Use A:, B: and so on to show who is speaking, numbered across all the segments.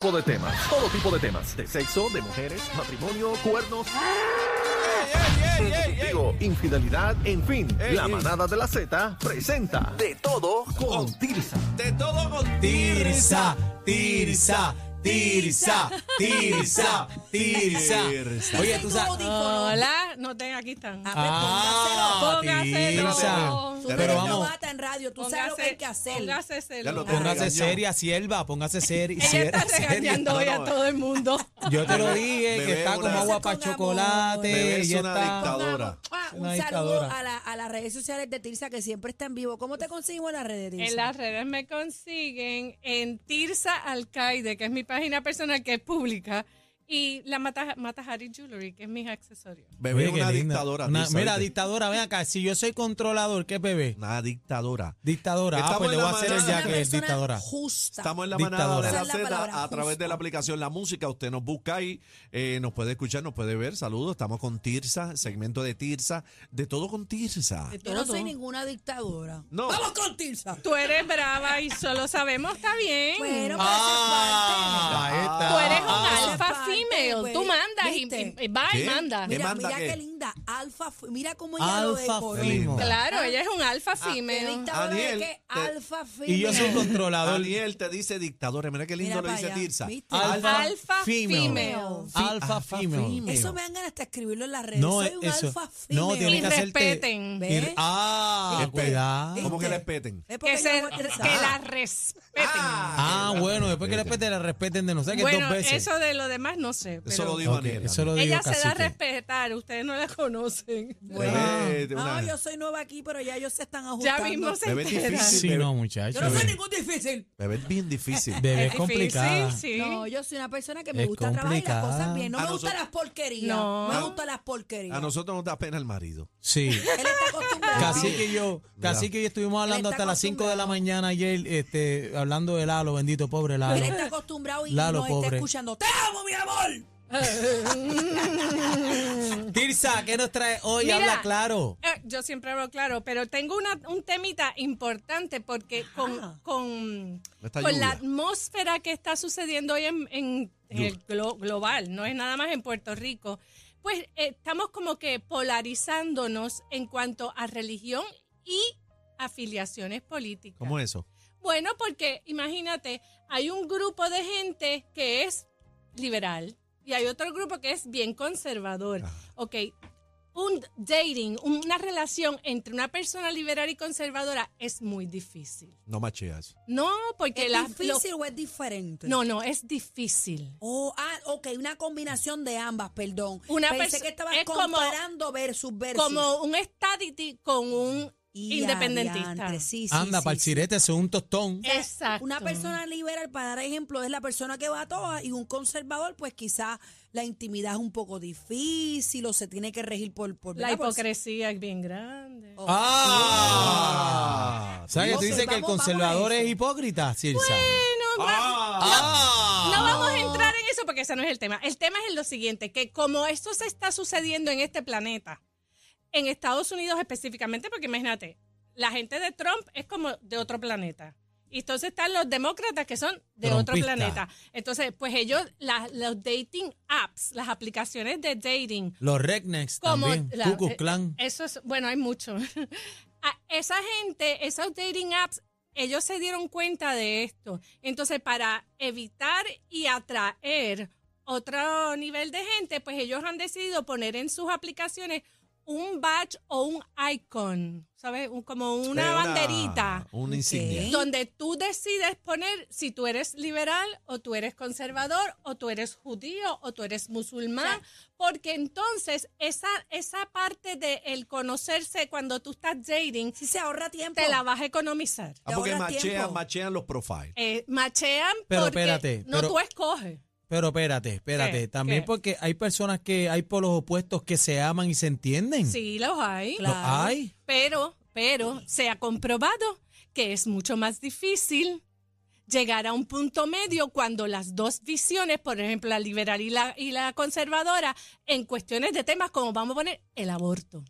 A: tipo de temas, todo tipo de temas, de sexo, de mujeres, matrimonio, cuernos,
B: ¡Ey, ey, ey, ey, ey!
A: digo, infidelidad, en fin,
B: Ey,
A: la
B: ey.
A: manada de la Z presenta
C: De todo.
A: con Tirsa.
B: De todo con
D: Tirsa, Tirsa, Tirsa, Tirsa, Tirsa.
B: Tirsa.
D: Oye, tú sabes.
E: Hola, no tengo, aquí están.
D: Ah,
E: Póngaselo.
D: Tirsa.
E: Póngaselo.
D: Pero vamos,
F: en radio, tú sabes lo que hay que hacer.
E: Póngase celo.
B: Ya lo tengo.
D: póngase
B: Regañó.
D: seria, sierva, póngase ser-
E: Ella
D: ser-
E: está
D: seria.
E: regañando hoy
B: No,
E: a
B: no.
E: todo el mundo.
D: Yo te lo
B: Bebé,
D: dije,
B: bebé
D: que está
B: es
D: como
B: una-
D: agua para
F: Con amor.
D: chocolate.
B: Bebé es
D: ella
B: una
D: está-
B: dictadora.
F: Ah,
D: Una
F: un saludo
D: dictadora.
F: a, la- a las redes sociales de Tirsa que siempre está en vivo. ¿Cómo te conseguimos en las redes, Tirsa?
E: En las redes me consiguen en Tirsa Alcaide, que es mi página personal que es pública, y la Mata- Matajari Jewelry, que es mis accesorios.
B: Bebé
D: Oye, qué
B: una
D: linda.
B: dictadora.
D: Una-
B: Tirsa,
D: mira,
B: ¿viste?
D: dictadora, ven acá. Si yo soy controlador, ¿qué es bebé?
B: Una dictadora.
D: Dictadora. Ah,
B: Estamos
D: pues
B: en la
D: le voy a hacer el
B: manada.
D: ya
F: Una
D: que es
F: persona
D: dictadora.
F: Justa.
B: Estamos en la
D: Dictadora.
B: manada de la
F: Esa es la
B: Z
F: palabra,
B: a través de la
F: justo.
B: aplicación La Música. Usted nos busca ahí, eh, nos puede escuchar, nos puede ver. Saludos, estamos con Tirsa, segmento de Tirsa, de todo con Tirsa.
F: Yo no soy ninguna dictadora.
B: No.
F: Vamos con Tirsa.
E: Tú eres brava y solo sabemos, está bien.
F: Bueno, pues, pero
D: Ah,
F: eso
D: ahí está.
E: Tú eres un
D: Ah.
F: esa
E: alfa
F: parte,
E: female.
F: pues,
E: Tú mandas y,
F: ¿viste?
E: y- y va y
B: ¿Qué?
E: manda.
F: es parte. Mira,
B: ¿Qué manda
F: mira
B: qué?
F: qué linda. Alfa, fe- mira cómo ella lo
D: Alfa
F: decoró.
B: fe-
D: Fimo.
F: Ah,
E: Claro, ella es un alfa
F: Qué
E: female.
F: dictadora
B: Aniel,
F: de qué
B: te-
F: alfa
D: Y yo soy un
F: female.
D: controlador.
B: Daniel te dice dictadora. Mira qué lindo
F: Mira
B: lo
F: pa'
B: dice
F: allá,
B: Tirsa.
F: ¿viste?
D: Alfa,
E: Alfa
D: female.
E: female.
D: Alfa female.
F: Eso me dan ganas hasta escribirlo en las redes.
D: No,
F: soy un
D: eso.
F: alfa female.
D: No, tiene
E: Y
D: que hacerte.
E: respeten.
D: y-
F: ¿Ves?
D: Ah,
B: Espe-
D: cuidado.
B: ¿Cómo que
F: Este,
B: les peten?
F: Es porque
E: Que, se,
F: yo no voy a Tirsa.
E: que la respeten.
D: Ah, bueno, después que respeten, la respeten de no sé qué
E: bueno,
D: dos veces.
E: eso de lo demás no sé.
B: Eso
E: pero
B: lo dijo
D: Ok,
B: Aniel.
D: eso lo digo
E: ella se da a
D: cacique.
E: respetar, ustedes no la conocen.
B: Bebé, de
F: No,
B: una-
F: Ah, yo soy nueva aquí, pero ya ellos se están
E: Ya
F: ajustando.
E: mismo se
B: Bebé
E: enteran.
B: difícil.
D: Sí, no, muchacho.
F: Yo no soy
D: bebé.
F: ningún difícil.
B: Bebé es bien difícil.
D: Bebé
E: Es
D: es complicada.
E: difícil, sí.
F: No, yo soy una persona que me
D: Es
F: gusta trabajar
D: complicada.
F: las cosas bien. No
B: A
F: me
B: nosotros-
F: gustan las porquerías.
E: No.
F: No.
B: A-
F: Me gustan las porquerías.
B: A nosotros nos da pena el marido.
D: Sí.
F: Él está acostumbrado.
D: Casi que yo,
B: Mira.
D: casi que yo estuvimos hablando
F: Él está
D: hasta las 5 de la
F: acostumbrado.
D: mañana ayer, este, hablando de Lalo, bendito pobre Lalo.
F: Él está acostumbrado y
D: Lalo,
F: no
D: pobre.
F: está escuchando. ¡Te amo, mi amor!
D: Tirsa, ¿qué nos trae hoy?
E: Mira.
D: Habla claro.
E: Eh, yo siempre hablo claro, pero tengo una- un temita importante porque con, con,
B: Esta
E: con la
B: lluvia.
E: atmósfera que está sucediendo hoy en, en- en el glo- global, no es nada más en Puerto Rico, pues eh, estamos como que polarizándonos en cuanto a religión y afiliaciones políticas.
B: ¿Cómo es eso?
E: Bueno, porque imagínate, hay un grupo de gente que es liberal y hay otro grupo que es bien conservador.
B: Ah.
E: Ok, un dating, una relación entre una persona liberal y conservadora es muy difícil.
B: No macheas.
E: No, porque
F: ¿Es
E: las-
F: difícil
E: lo-
F: o es diferente?
E: no, no, es difícil.
F: Oh, ah, ok, una combinación de ambas, perdón.
E: Una
F: Pensé
E: perso-
F: que estabas
E: es como-
F: comparando versus versus.
E: Como un estadity con un
F: Y
E: independentista.
F: adiantre, sí, sí,
D: Anda,
F: sí, Eh,
D: para el
F: sí.
D: cirete, eso es un tostón.
E: eh, Exacto.
F: Una persona liberal, para dar ejemplo, es la persona que va a todas y un conservador, pues quizás la intimidad es un poco difícil o se tiene que regir por... por
E: La
F: ¿verdad? Por-
E: hipocresía es bien grande.
F: Oh.
D: ¡Ah!
B: Ah,
D: O sea, que tú
F: Entonces,
D: dices que el
F: vamos- vamos a
D: conservador
F: eso.
D: es hipócrita, Tirsa.
E: Bueno,
D: ¡Ah!
E: No vamos a entrar en eso porque ese no es el tema. El tema es lo siguiente, que como esto se está sucediendo en este planeta, en Estados Unidos específicamente, porque imagínate, la gente de Trump es como de otro planeta. Y entonces están los demócratas que son de otro
D: Trumpista.
E: planeta. Entonces, pues ellos, las- los dating apps, las aplicaciones de dating,
D: Los rednecks
E: como
D: también,
E: la-
D: Cucu
E: eh,
D: Clan.
E: Eso es, bueno, hay mucho. A esa gente, esos dating apps, ellos se dieron cuenta de esto. Entonces, para evitar y atraer otro nivel de gente, pues ellos han decidido poner en sus aplicaciones un badge o un icon, ¿sabes? Un- Como una
B: Eh,
E: banderita.
B: Una insignia.
D: ¿Eh?
F: Ok.
E: Donde tú decides poner si tú eres liberal o tú eres conservador o tú eres judío o tú eres musulmán, porque entonces esa, esa parte de el conocerse cuando tú estás dating,
F: Si se ahorra tiempo.
E: te la vas a economizar.
B: Ah, porque
F: Te ahorras
B: machean,
F: tiempo.
B: machean los profiles.
E: Eh, machean
D: Pero
E: porque
D: espérate,
E: no
D: pero-
E: tú escoges.
D: Pero espérate, espérate.
E: ¿Qué?
D: También
E: ¿Qué?
D: porque hay personas que hay polos opuestos que se aman y se entienden.
E: Sí, los hay.
D: Los
F: Claro.
D: hay.
E: Pero, pero se ha comprobado que es mucho más difícil llegar a un punto medio cuando las dos visiones, por ejemplo, la liberal y la, y la conservadora, en cuestiones de temas como vamos a poner el aborto.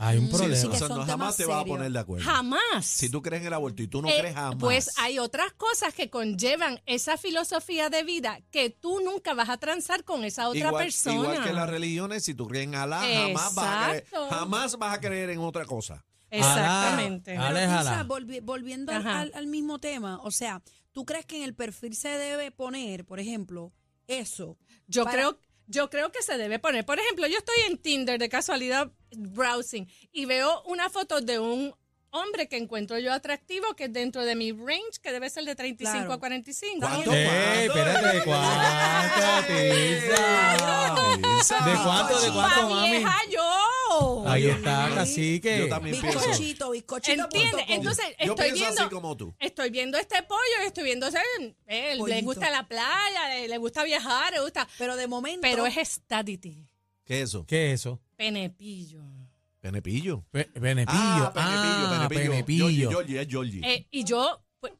D: Hay un
F: Sí,
D: problema.
B: Sí, o
F: que
B: sea,
F: son
B: no
F: temas
B: jamás te vas a
F: serios.
B: poner de acuerdo.
E: Jamás.
B: Si tú crees en el aborto y tú no
E: Eh,
B: crees jamás.
E: Pues hay otras cosas que conllevan esa filosofía de vida que tú nunca vas a transar con esa otra
B: igual,
E: persona.
B: Igual que las religiones, si tú crees en Alá, jamás vas, a creer,
E: Exacto.
B: jamás vas a creer en otra cosa.
E: Exactamente.
D: Ah,
F: Pero,
D: Aléjala.
F: Isa, volvi- volviendo al,
E: Ajá.
F: al- al mismo tema, o sea, ¿tú crees que en el perfil se debe poner, por ejemplo, eso?
E: Yo
F: Para-
E: creo yo creo que se debe poner. Por ejemplo, yo estoy en Tinder de casualidad browsing y veo una foto de un hombre que encuentro yo atractivo que es dentro de mi range que debe ser de 35
F: Claro.
E: a 45.
B: ¿Cuánto?
D: Ey, espérate, ¿cuánto, Tisa?
B: Tisa.
D: ¿De cuánto, de
E: ¡Pa'
D: cuánto, mami? Ah.
E: vieja yo!
D: Ahí
B: Ay,
D: está,
B: yo-
D: cacique.
B: Yo también pienso.
F: Bizcochito, bizcochito.
E: ¿Entiendes?
F: punto com.
E: Entonces
B: Yo
E: estoy
B: pienso
E: viendo
B: así como tú.
E: estoy viendo este pollo y estoy viendo ese, eh, le
F: Pollito.
E: gusta la playa, le, le gusta viajar, le gusta,
F: pero de momento,
E: pero es estadity,
B: ¿Qué es eso?
D: ¿Qué es eso?
E: penepillo.
B: Penepillo.
D: Pe- Benepillo.
B: Ah,
D: Ah,
B: Penepillo, Penepillo.
D: Benepillo.
B: Giorgi, Giorgi, es Giorgi.
E: Eh, y yo pues,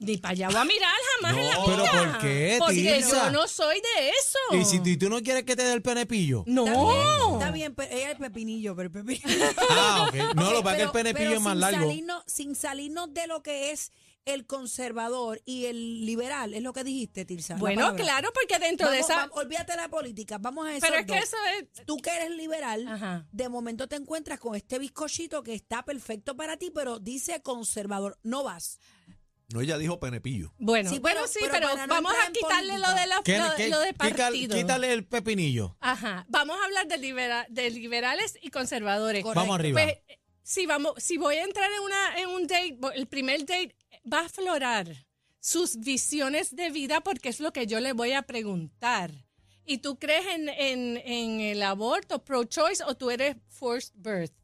E: ni para allá voy a mirar jamás en la
B: No,
E: vida.
D: ¿Pero por qué,
E: Porque
D: Tirsa?
E: yo no soy de eso.
D: ¿Y si tú- tú no quieres que te dé el penepillo?
E: no.
F: está bien, pero ella es el pepinillo, pero el pepinillo.
D: Ah, ok. No, lo
F: Ok,
D: que pasa es que el
F: pero- pero
D: penepillo es más
F: sin
D: largo.
F: salirnos- sin salirnos de lo que es el conservador y el liberal, es lo que dijiste, Tirsa. la
E: Bueno,
F: palabra.
E: claro, porque dentro
F: Vamos-
E: de esa.
F: vam- olvídate de la política, vamos a eso.
E: pero es que eso es.
F: Tú que eres liberal,
E: Ajá.
F: de momento te encuentras con este bizcochito que está perfecto para ti, pero dice conservador, no vas.
B: No, ella dijo Penepillo.
E: Bueno,
F: Sí,
E: sí,
F: pero-
E: pero, sí,
F: pero
E: pero,
F: para no
E: vamos
F: entrar
E: a
F: en
E: quitarle lo
F: política.
E: de, la,
D: ¿Qué-
E: lo,
D: qué-
E: lo de
D: quita-
E: partido.
D: Quítale el pepinillo.
E: Ajá. Vamos a hablar de, libera- de liberales y conservadores.
F: Correcto.
D: Vamos arriba.
E: Pues, eh, si, vamos, si voy a entrar en, una, en un date, bo- el primer date eh, va a aflorar sus visiones de vida porque es lo que yo le voy a preguntar. ¿Y tú crees en, en- en el aborto, pro-choice, o tú eres forced birth?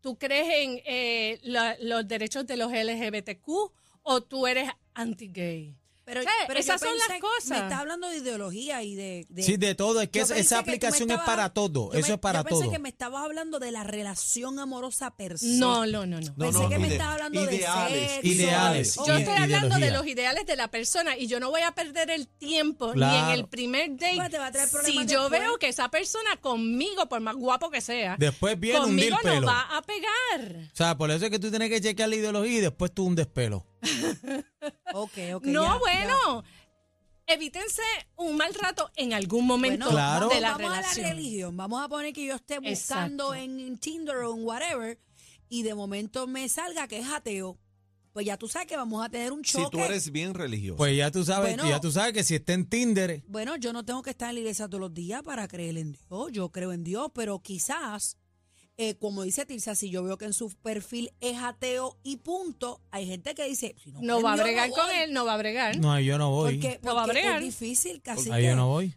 E: ¿Tú crees en eh, la- los derechos de los LGBTQ o tú eres anti-gay?
F: Pero,
E: Sí,
F: pero yo
E: esas son las
F: pensé-
E: cosas.
F: Me estás hablando de ideología y de. de-
D: Sí, de todo. Es que
F: Yo
D: es-
F: pensé
D: esa
F: que tú me
D: aplicación es
F: estabas-
D: para todo.
F: yo
D: Eso
F: me-
D: es para
F: yo pensé
D: todo.
F: que me estabas hablando de la relación amorosa persona.
E: No, no, no, no.
B: No,
F: Pensé
B: no,
F: que me
B: ide-
F: estaba hablando de
B: ideales,
F: sexo.
D: Ideales.
E: Yo
D: Y-
E: estoy hablando de
D: ideología.
E: los ideales de la persona y yo no voy a perder el tiempo ni
D: Claro.
E: en el primer
F: Bueno,
E: date.
F: te va a traer
E: si
F: problemas
E: yo
F: después.
E: veo que esa persona conmigo, por más guapo que sea,
D: Después viene un
E: conmigo
D: dilpelo.
E: no va a pegar.
D: O sea, por eso es que tú tienes que chequear la ideología y después tú un despelo.
F: Ok, ok,
E: no,
F: ya, ya.
E: bueno. Evítense un mal rato en algún momento
F: Bueno,
D: Claro.
F: vamos,
E: de la
F: vamos a
E: relación.
F: la religión. Vamos a poner que yo esté buscando
E: Exacto.
F: en Tinder o en whatever y de momento me salga que es ateo. Pues ya tú sabes que vamos a tener un choque.
B: Si tú eres bien religioso.
D: Pues ya tú sabes,
F: Bueno.
D: ya tú sabes que si está en Tinder,
F: Bueno, yo no tengo que estar en la iglesia todos los días para creer en Dios. Yo creo en Dios, pero quizás, eh, como dice Tirsa, si yo veo que en su perfil es ateo y punto, hay gente que dice, si no, creo
E: No
F: en
E: va a
F: Dios,
E: bregar
F: no
E: con
F: voy.
E: él, no va a bregar.
D: no, ahí yo no voy.
F: Porque,
E: No va a
F: porque
E: bregar.
F: es difícil, casi
D: Ahí yo no voy.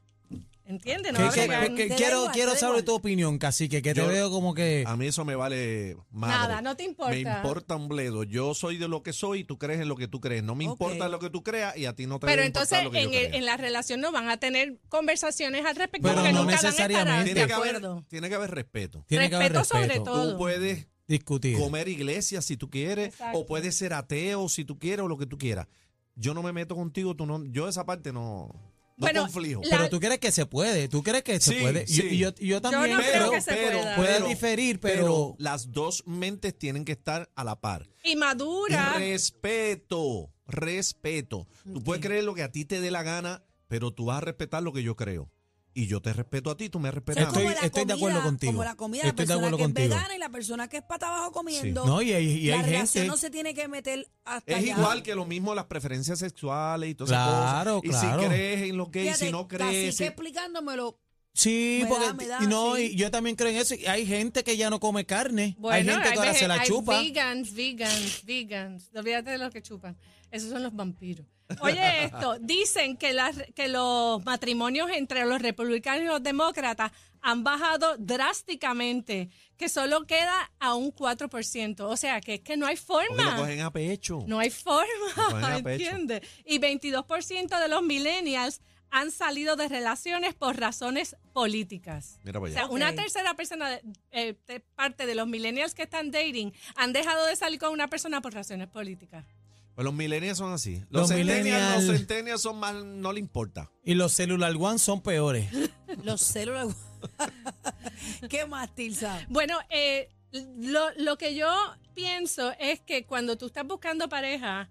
E: ¿Entiendes? No
D: ¿Qué-
E: va a
D: qué-
E: bregar.
D: qué-
F: Te da
D: quiero
F: igual,
D: quiero
F: te da
D: saber
F: igual.
D: tu opinión, cacique, que
B: Yo- Ah.
D: te veo como que...
B: A mí eso me vale madre.
E: Nada, no te importa.
B: Me importa un bledo. Yo soy de lo que soy y tú crees en lo que tú crees. No me
F: Ok.
B: importa lo que tú creas y a ti no te
E: Pero
B: debe importar
E: entonces
B: lo que yo
E: en, el-
B: crea.
E: en la relación no van a tener conversaciones al respecto
D: Pero
E: porque
D: no
E: nunca van a estar
D: necesariamente.
E: de
B: tiene, que haber,
E: acuerdo.
B: tiene que haber respeto.
D: Tiene que haber
E: Respeto sobre
D: respeto.
E: todo.
B: Tú puedes
D: Discutir.
B: comer iglesia si tú quieres
E: Exacto.
B: o puedes ser ateo si tú quieres o lo que tú quieras. Yo no me meto contigo, tú no, yo esa parte no, no
E: Bueno,
B: conflijo.
E: la-
D: Pero tú crees que se puede, tú crees que se
B: Sí,
D: puede. Yo-
B: sí.
D: y Yo, y yo también
E: no creo
D: creo
E: que se pueda.
D: puede diferir, pero-
B: las dos mentes tienen que estar a la par.
E: Y madura.
B: Respeto, respeto. Tú puedes creer lo que a ti te dé la gana, pero tú vas a respetar lo que yo creo. Y yo te respeto a ti, tú me
F: Es
B: respetas a
F: como
B: mí.
D: Estoy-
F: la
D: estoy de acuerdo
F: comida,
D: contigo.
F: Como la comida, la
D: Estoy de
F: persona
D: acuerdo
F: que
D: contigo.
F: es vegana y la persona que es para abajo comiendo.
D: No, y hay, y
F: la
D: hay
F: relación
D: gente.
F: no se tiene que meter hasta
B: Es
F: allá.
B: igual que lo mismo las preferencias sexuales y todas
D: Claro,
B: esas cosas.
D: claro.
B: Y si crees en lo que y si no crees.
F: Así que
B: si-
F: explicándomelo.
D: Sí,
F: Me
D: porque
F: da, me da,
D: y no,
F: sí.
D: y yo también creo en eso. Y Hay gente que ya no come carne,
E: Bueno,
D: hay gente que ahora
E: vege-
D: se la
E: hay
D: chupa.
E: Vegans, vegans, vegans. Olvídate de los que chupan. Esos son los vampiros. Oye, esto, dicen que, las, que los matrimonios entre los republicanos y los demócratas han bajado drásticamente, que solo queda a un 4%. O sea, que es que no hay
B: porque lo
E: forma.
B: cogen a pecho.
E: No hay
B: Lo cogen
E: forma,
B: a pecho.
E: ¿entiendes? Y 22% de los millennials han salido de relaciones por razones políticas.
B: Mira para
E: O
B: allá.
E: sea, una
F: Ok.
E: tercera persona, de- eh, de parte de los millennials que están dating, han dejado de salir con una persona por razones políticas.
B: Pues los millennials son así. Los,
D: Los
B: centennials, los
D: millennial-
B: centennials son más, no le importa.
D: Y los celular one son peores.
F: Los células. ¿Qué más, Tilsa?
E: Bueno, eh, Lo, lo que yo pienso es que cuando tú estás buscando pareja,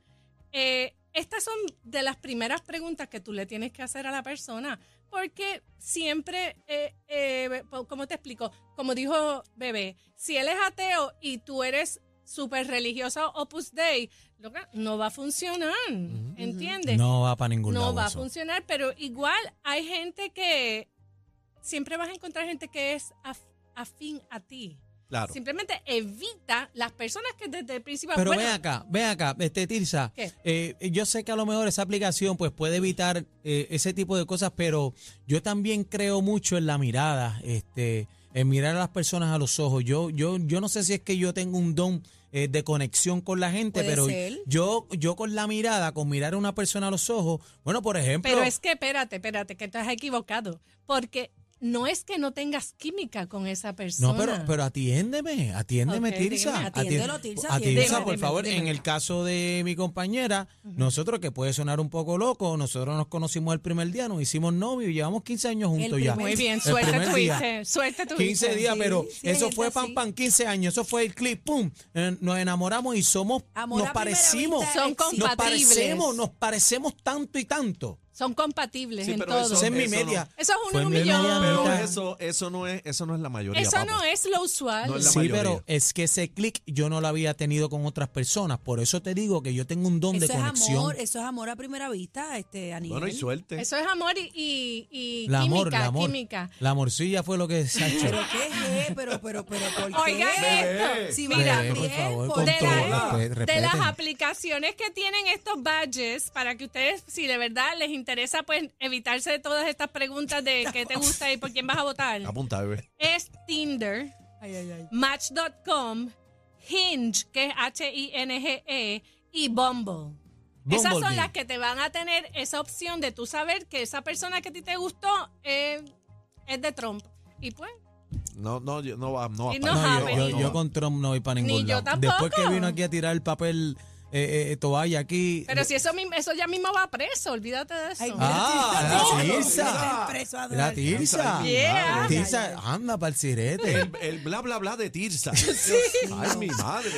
E: eh, estas son de las primeras preguntas que tú le tienes que hacer a la persona. Porque siempre, eh, eh, po- ¿cómo te explico? Como dijo Bebé, si él es ateo y tú eres súper religiosa Opus Dei, loca, no va a funcionar. ¿Entiendes?
D: No va para ningún lado.
E: no va a
D: eso.
E: funcionar, pero igual hay gente que siempre vas a encontrar gente que es af- afín a ti.
B: Claro.
E: Simplemente evita las personas que desde el principio.
D: Pero
E: bueno,
D: ven acá, ven acá, este Tirsa.
E: ¿Qué?
D: eh, yo sé que a lo mejor esa aplicación pues puede evitar eh, ese tipo de cosas, pero yo también creo mucho en la mirada, este, en mirar a las personas a los ojos. Yo, yo, yo no sé si es que yo tengo un don eh, de conexión con la gente,
F: Puede
D: pero
F: ser.
D: yo, yo con la mirada, con mirar a una persona a los ojos, bueno, por ejemplo,
E: pero es que espérate, espérate, que estás equivocado. Porque no es que no tengas química con esa persona.
D: No, pero, pero atiéndeme, atiéndeme,
E: Ok, dígame.
D: Tirsa.
F: Atiéndelo,
D: Atien-
F: Tirsa,
D: Tirsa,
E: atiéndeme.
D: por
E: Dímelo,
D: favor.
E: dímelo.
D: En el caso de mi compañera, nosotros, que puede sonar un poco loco, nosotros nos conocimos el primer día, nos hicimos novios, llevamos 15 años juntos ya.
E: Muy bien,
D: El
E: suerte
D: primer día.
E: tuviste, suerte tuviste.
D: 15 días,
F: Sí,
D: pero
F: sí, hay
D: eso
F: gente
D: fue pan
F: así.
D: pan, 15 años, eso fue el clip, pum, eh, nos enamoramos y somos,
F: Amor
D: nos
F: a primera
D: parecimos,
F: vista eh,
E: Son
F: existe.
E: compatibles.
D: nos parecemos, nos parecemos tanto y tanto.
E: Son compatibles
B: Sí,
E: en
B: pero
E: todo.
B: eso-
D: Esa es mi
B: no.
D: media.
E: Eso es uno
D: Fue
E: en un
D: mi media
E: millón.
B: Pero
D: mitad.
B: eso, eso no es, eso no es la mayoría.
E: Eso
B: papo.
E: no es lo usual.
B: No es la
D: Sí,
B: mayoría.
D: pero es que ese clic yo no lo había tenido con otras personas. Por eso te digo que yo tengo un don
F: Eso
D: de
F: es
D: conexión.
E: eh,
F: amor, eso es amor a primera vista, este Aniel.
B: Bueno, y suerte.
E: Eso es amor y, y, y
D: La amor,
E: química,
D: la amor.
E: química.
D: La morcilla fue lo que Sacho.
F: Pero qué es, pero, pero, pero, ¿por qué?
E: Oigan
B: Bebé.
E: esto.
F: Si
E: Mira,
F: va
D: Bebé, por
F: bien,
D: favor,
F: ¿por
D: con
E: de,
F: qué?
D: todo,
E: la-
D: respe-
E: de
D: Eh, respeten.
E: las aplicaciones que tienen estos badges para que ustedes, si de verdad les interesa, pues evitarse todas estas preguntas de qué te gusta y por quién vas a votar.
B: Apunta, bebé.
E: Es Tinder,
F: Ay, ay, ay.
E: Match.com, Hinge, que es H-I-N-G-E, E, y Bumble. Esas son
D: Bumblebee.
E: las que te van a tener esa opción de tú saber que esa persona que a ti te gustó eh, es de Trump. Y pues,
B: No, no, yo- no va, no va
E: Y
B: para
E: no
B: allá.
D: No,
E: sabe.
D: yo, yo-
B: No
D: yo
B: va.
D: con Trump no voy para
E: Ni
D: ningún
E: yo
D: lado.
E: tampoco.
D: Después que vino aquí a tirar el papel eh, eh, toalla aquí.
E: pero
D: eh,
E: si eso, mismo- eso ya mismo va preso, olvídate de eso.
F: Ay,
D: Ah,
F: mira,
D: la
F: Tirsa,
D: Tirsa.
F: el preso
D: eh,
F: a
D: La
F: Donald Trump.
D: Tirsa.
E: Yeah.
D: Tirsa, anda para el sirete.
B: El, el bla, bla, bla de Tirsa. Ay, mi madre.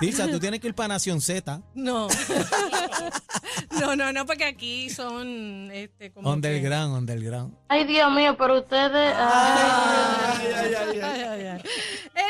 D: Tirsa, tú tienes que ir para Nación Z.
E: No. no, no, no, porque aquí son este, como. que-
D: Underground, underground.
C: Ay, Dios mío, pero ustedes... ah,
B: Ay, ay, ay, ay.
E: Ay, ay, ay.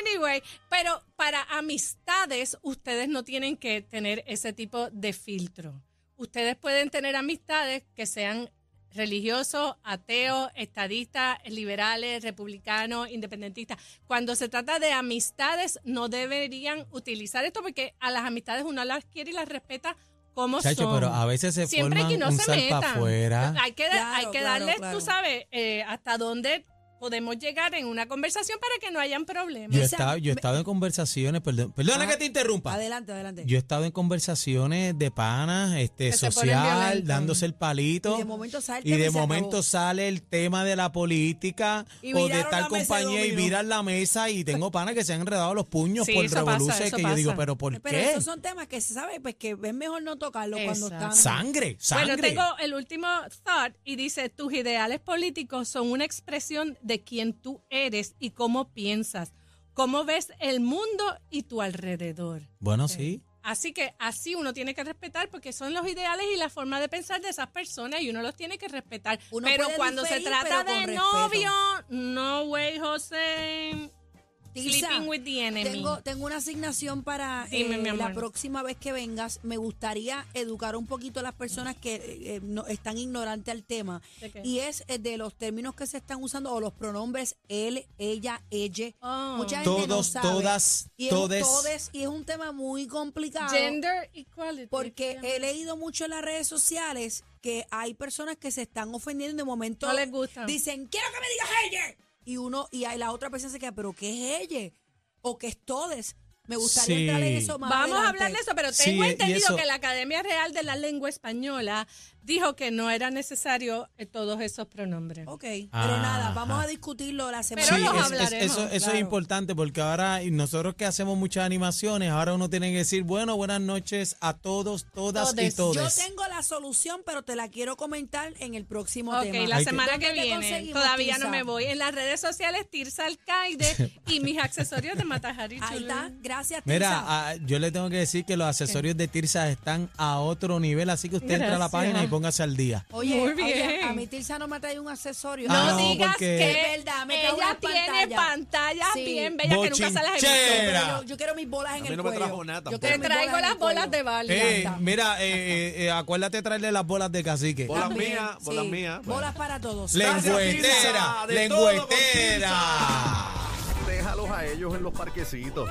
E: Anyway, pero para amistades, ustedes no tienen que tener ese tipo de filtro. Ustedes pueden tener amistades que sean religiosos, ateos, estadistas, liberales, republicanos, independentistas. Cuando se trata de amistades, no deberían utilizar esto porque a las amistades uno las quiere y las respeta como
D: Chacho,
E: son.
D: pero a veces se
E: Siempre que
D: forman
E: no
D: un
E: se
D: sal pa'
E: metan.
D: afuera.
E: Hay que,
F: Claro,
E: hay que
F: claro,
E: darle,
F: claro.
E: tú sabes, eh, hasta dónde podemos llegar en una conversación para que no hayan problemas.
D: Yo he
F: Esa-
D: estado, yo he estado en conversaciones, perdón, perdona
F: Ah,
D: que te interrumpa.
F: Adelante, adelante.
D: Yo he estado en conversaciones de panas, este,
E: Que se ponen
D: social,
E: violentos.
D: dándose el palito.
F: Y de momento salta
D: y de
F: que se
D: momento
F: acabó.
D: sale el tema de la política
F: Y
D: o de
F: viraron
D: tal
F: la mesa de
D: compañía y
F: dominó.
D: virar la mesa y tengo panas que se han enredado los puños
E: Sí,
D: por
E: eso pasa,
D: revoluciones
E: eso
D: que yo digo,
E: pasa.
D: pero ¿por
F: Pero
D: qué?
F: esos son temas que se sabe pues, que es mejor no tocarlos cuando están.
E: Exacto.
D: Sangre, sangre.
E: Bueno, tengo el último thought y dice, tus ideales políticos son una expresión de quién tú eres y cómo piensas, cómo ves el mundo y tu alrededor.
D: Bueno, sí.
E: Así que así uno tiene que respetar porque son los ideales y la forma de pensar de esas personas y uno los tiene que respetar.
F: Uno
E: pero
F: puede
E: cuando se
F: diferir,
E: trata
F: pero
E: de
F: con respeto.
E: novio, no way, José.
F: Tirsa,
E: Sleeping with the enemy.
F: Tengo, tengo una asignación para eh,
E: Dime, mi amor.
F: la próxima vez que vengas. Me gustaría educar un poquito a las personas que eh, eh, no- están ignorantes al tema.
E: ¿De qué?
F: Y es eh, de los términos que se están usando o los pronombres él, ella, ella.
E: Oh.
F: Mucha gente no
D: Todos,
F: sabe.
D: todas,
F: y es un
D: todes.
F: todes, Y es un tema muy complicado.
E: Gender equality.
F: Porque he leído mucho en las redes sociales que hay personas que se están ofendiendo y de momento.
E: No les gusta.
F: Dicen, quiero que me digas ella. Y uno, y ahí la otra persona se queda, pero ¿qué es ella? O que es todes. Me gustaría
D: Sí.
F: entrar en eso más
E: Vamos a
F: adelante.
E: hablar de eso, pero
D: Sí,
E: tengo
D: y
E: entendido
D: eso-
E: que la Academia Real de la Lengua Española dijo que no era necesario eh, todos esos pronombres.
F: Ok, pero
D: Ah,
F: nada, vamos
D: ajá.
F: a discutirlo la semana
E: Pero
D: Sí,
E: los
D: es- es-
E: hablaremos,
D: eso, eso
F: claro.
D: es importante porque ahora y nosotros que hacemos muchas animaciones, ahora uno tiene que decir, bueno, buenas noches a todos, todas y
E: Todes.
D: todos.
F: Yo tengo la solución, pero te la quiero comentar en el próximo
E: Ok,
F: tema.
E: la
D: Hay que-
E: semana que
F: ¿Dónde te
E: viene.
F: conseguimos,
E: Todavía
F: Tirsa?
E: no me voy. En las redes sociales, Tirsa Alcaide y mis accesorios de Matajari
F: Ahí está,
E: Chulín.
F: gracias.
D: Mira,
F: Tirsa.
D: ah, yo le tengo que decir que los accesorios de Tirsa están a otro nivel, así que usted entra a la
E: Gracias.
D: página y póngase al día.
F: Oye,
E: muy
F: oye,
E: bien.
F: a mi Tirsa no me trae un accesorio.
E: No,
D: Ah, no,
E: digas
D: porque-
E: que
F: Es verdad, me cago en
E: ella
F: las
E: tiene
F: pantallas.
E: pantallas
F: Sí.
E: bien bellas que nunca se las he visto.
D: Bochinchera.
F: Pero yo, yo quiero mis bolas en
B: mí
F: el
B: no me
F: cuello.
B: trajo nada
F: Yo
B: tampoco.
E: Te
F: quiero mis
E: traigo
F: en el
E: las bolas
F: cuello.
E: de Bali.
F: Ya
D: Eh,
F: está.
D: mira, eh, eh, eh, acuérdate traerle las bolas de cacique.
B: Bolas
F: También,
B: mías, bolas mías, pues. bueno.
F: Bolas para todos.
D: Lengüetera,
B: Gracias, Tirsa, de todo con
D: lengüetera.
A: Déjalos a ellos en los parquecitos.